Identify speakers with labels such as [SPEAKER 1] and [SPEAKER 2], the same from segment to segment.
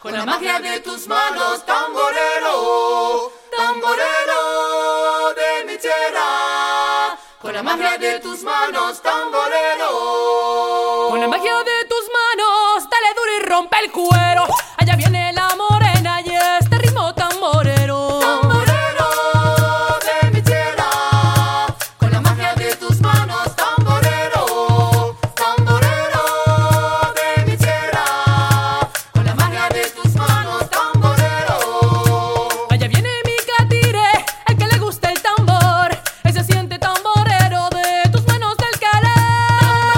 [SPEAKER 1] Con la magia de tus manos, tamborero, tamborero de mi tierra. Con la magia de tus manos, tamborero.
[SPEAKER 2] Con la magia de tus manos, dale duro y rompe el cuero. Allá viene la morena y este ritmo tamborero.
[SPEAKER 1] Tamborero de mi tierra, con la magia de tus manos, tamborero, tamborero de mi tierra, con la magia de tus manos, tamborero.
[SPEAKER 2] Allá viene mi catire, el que le gusta el tambor. Ese siente tamborero de tus manos del calor.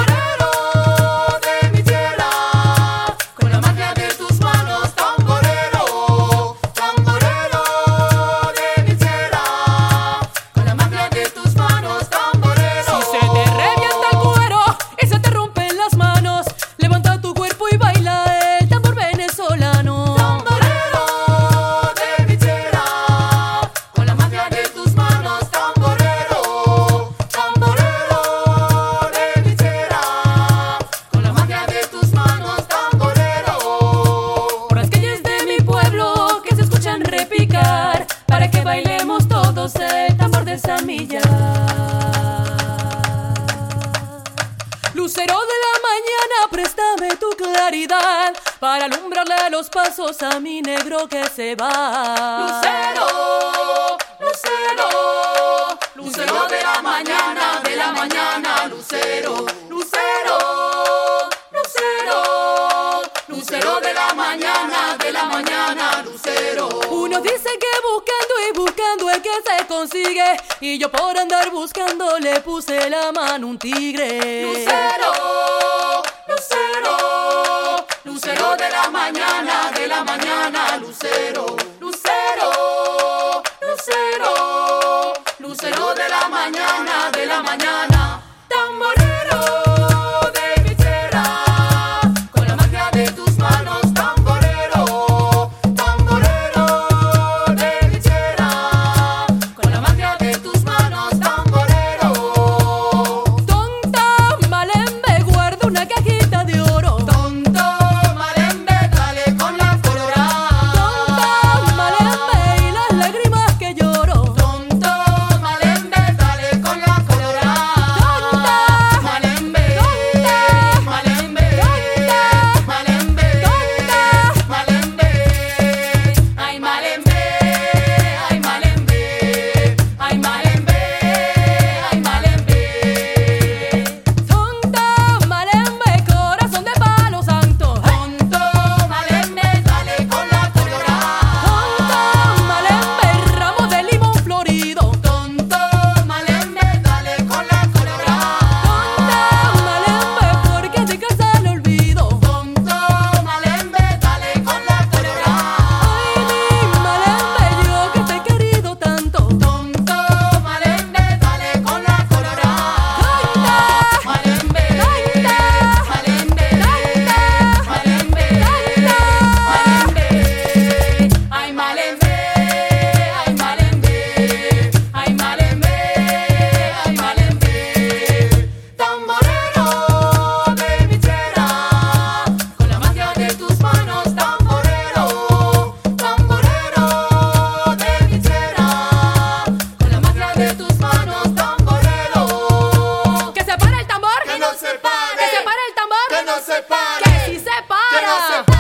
[SPEAKER 1] Tamborero de mi tierra, con la magia de tus manos, tamborero, tamborero de mi tierra, con la magia de tus manos, tamborero.
[SPEAKER 2] Si se te revienta el cuero y se te rompen las manos, levanta tu cuerpo y baila el tambor venezolano.
[SPEAKER 1] Tamborero de mi tierra, con la magia de tus manos, tamborero, tamborero de mi tierra, con la magia de tus manos, tamborero.
[SPEAKER 2] Por las calles de mi pueblo que se escuchan repicar, para que bailemos todos el tambor de San Millar. Lucero de la mañana, préstame tu claridad para alumbrarle los pasos a mi negro que se va.
[SPEAKER 1] Lucero, lucero, lucero de la mañana, de la mañana, lucero, lucero, lucero, lucero de la mañana, de la mañana, lucero.
[SPEAKER 2] Unos dicen que buscando y buscando es que se consigue. Y yo por andar buscando le puse la mano a un tigre.
[SPEAKER 1] Lucero, lucero, lucero de la mañana, de la mañana, lucero, lucero, lucero, lucero de la mañana, de la mañana, tamborero de mi tierra, con la magia de tus manos, tamborero, tamborero de mi tierra, con la magia de tus manos, tamborero.
[SPEAKER 2] Tonta, Malembe guarda una cajita de oro.
[SPEAKER 1] Tonto, malembe, dale con la
[SPEAKER 2] Tonta,
[SPEAKER 1] colorada.
[SPEAKER 2] Malembe y las lágrimas que lloro.
[SPEAKER 1] Tonto, malembe, dale con la colorada. Malembe,
[SPEAKER 2] Tonta, tonta,
[SPEAKER 1] malembe,
[SPEAKER 2] tonta,
[SPEAKER 1] malembe,
[SPEAKER 2] tonta.
[SPEAKER 1] malembe. Ay, malembe, ay, malembe, ay, malembe, ay, malembe.
[SPEAKER 2] Tonta, Malembe, corazón de palo santo.
[SPEAKER 1] Tonto, malembe, dale con la
[SPEAKER 2] Tonta,
[SPEAKER 1] colorada.
[SPEAKER 2] Malembe, ramo de limón florido.
[SPEAKER 1] Tonto, malembe, dale con la colorada.
[SPEAKER 2] Tonta, Malembe, porque de casa le olvido.
[SPEAKER 1] Tonto, malembe, dale con la colorada.
[SPEAKER 2] Ay, mi Malembe, yo que te he querido tanto.
[SPEAKER 1] Tonto, malembe, dale con la colorada.
[SPEAKER 2] Tonta,
[SPEAKER 1] Malembe,
[SPEAKER 2] Tonta,
[SPEAKER 1] malembe,
[SPEAKER 2] Tonta,
[SPEAKER 1] malembe,
[SPEAKER 2] Tonta.
[SPEAKER 1] malembe. Ay, malembe, ay, malembe, ay, malembe, ay, malembe. Tamborero de mi tierra, con la magia de tus manos, tamborero, tamborero de mi tierra, con la magia de tus manos, tamborero.
[SPEAKER 2] Que se para el tambor.
[SPEAKER 1] Que no se pare.
[SPEAKER 2] Que se para el tambor.
[SPEAKER 1] Que no se pare.
[SPEAKER 2] Que sí se para.
[SPEAKER 1] Que no se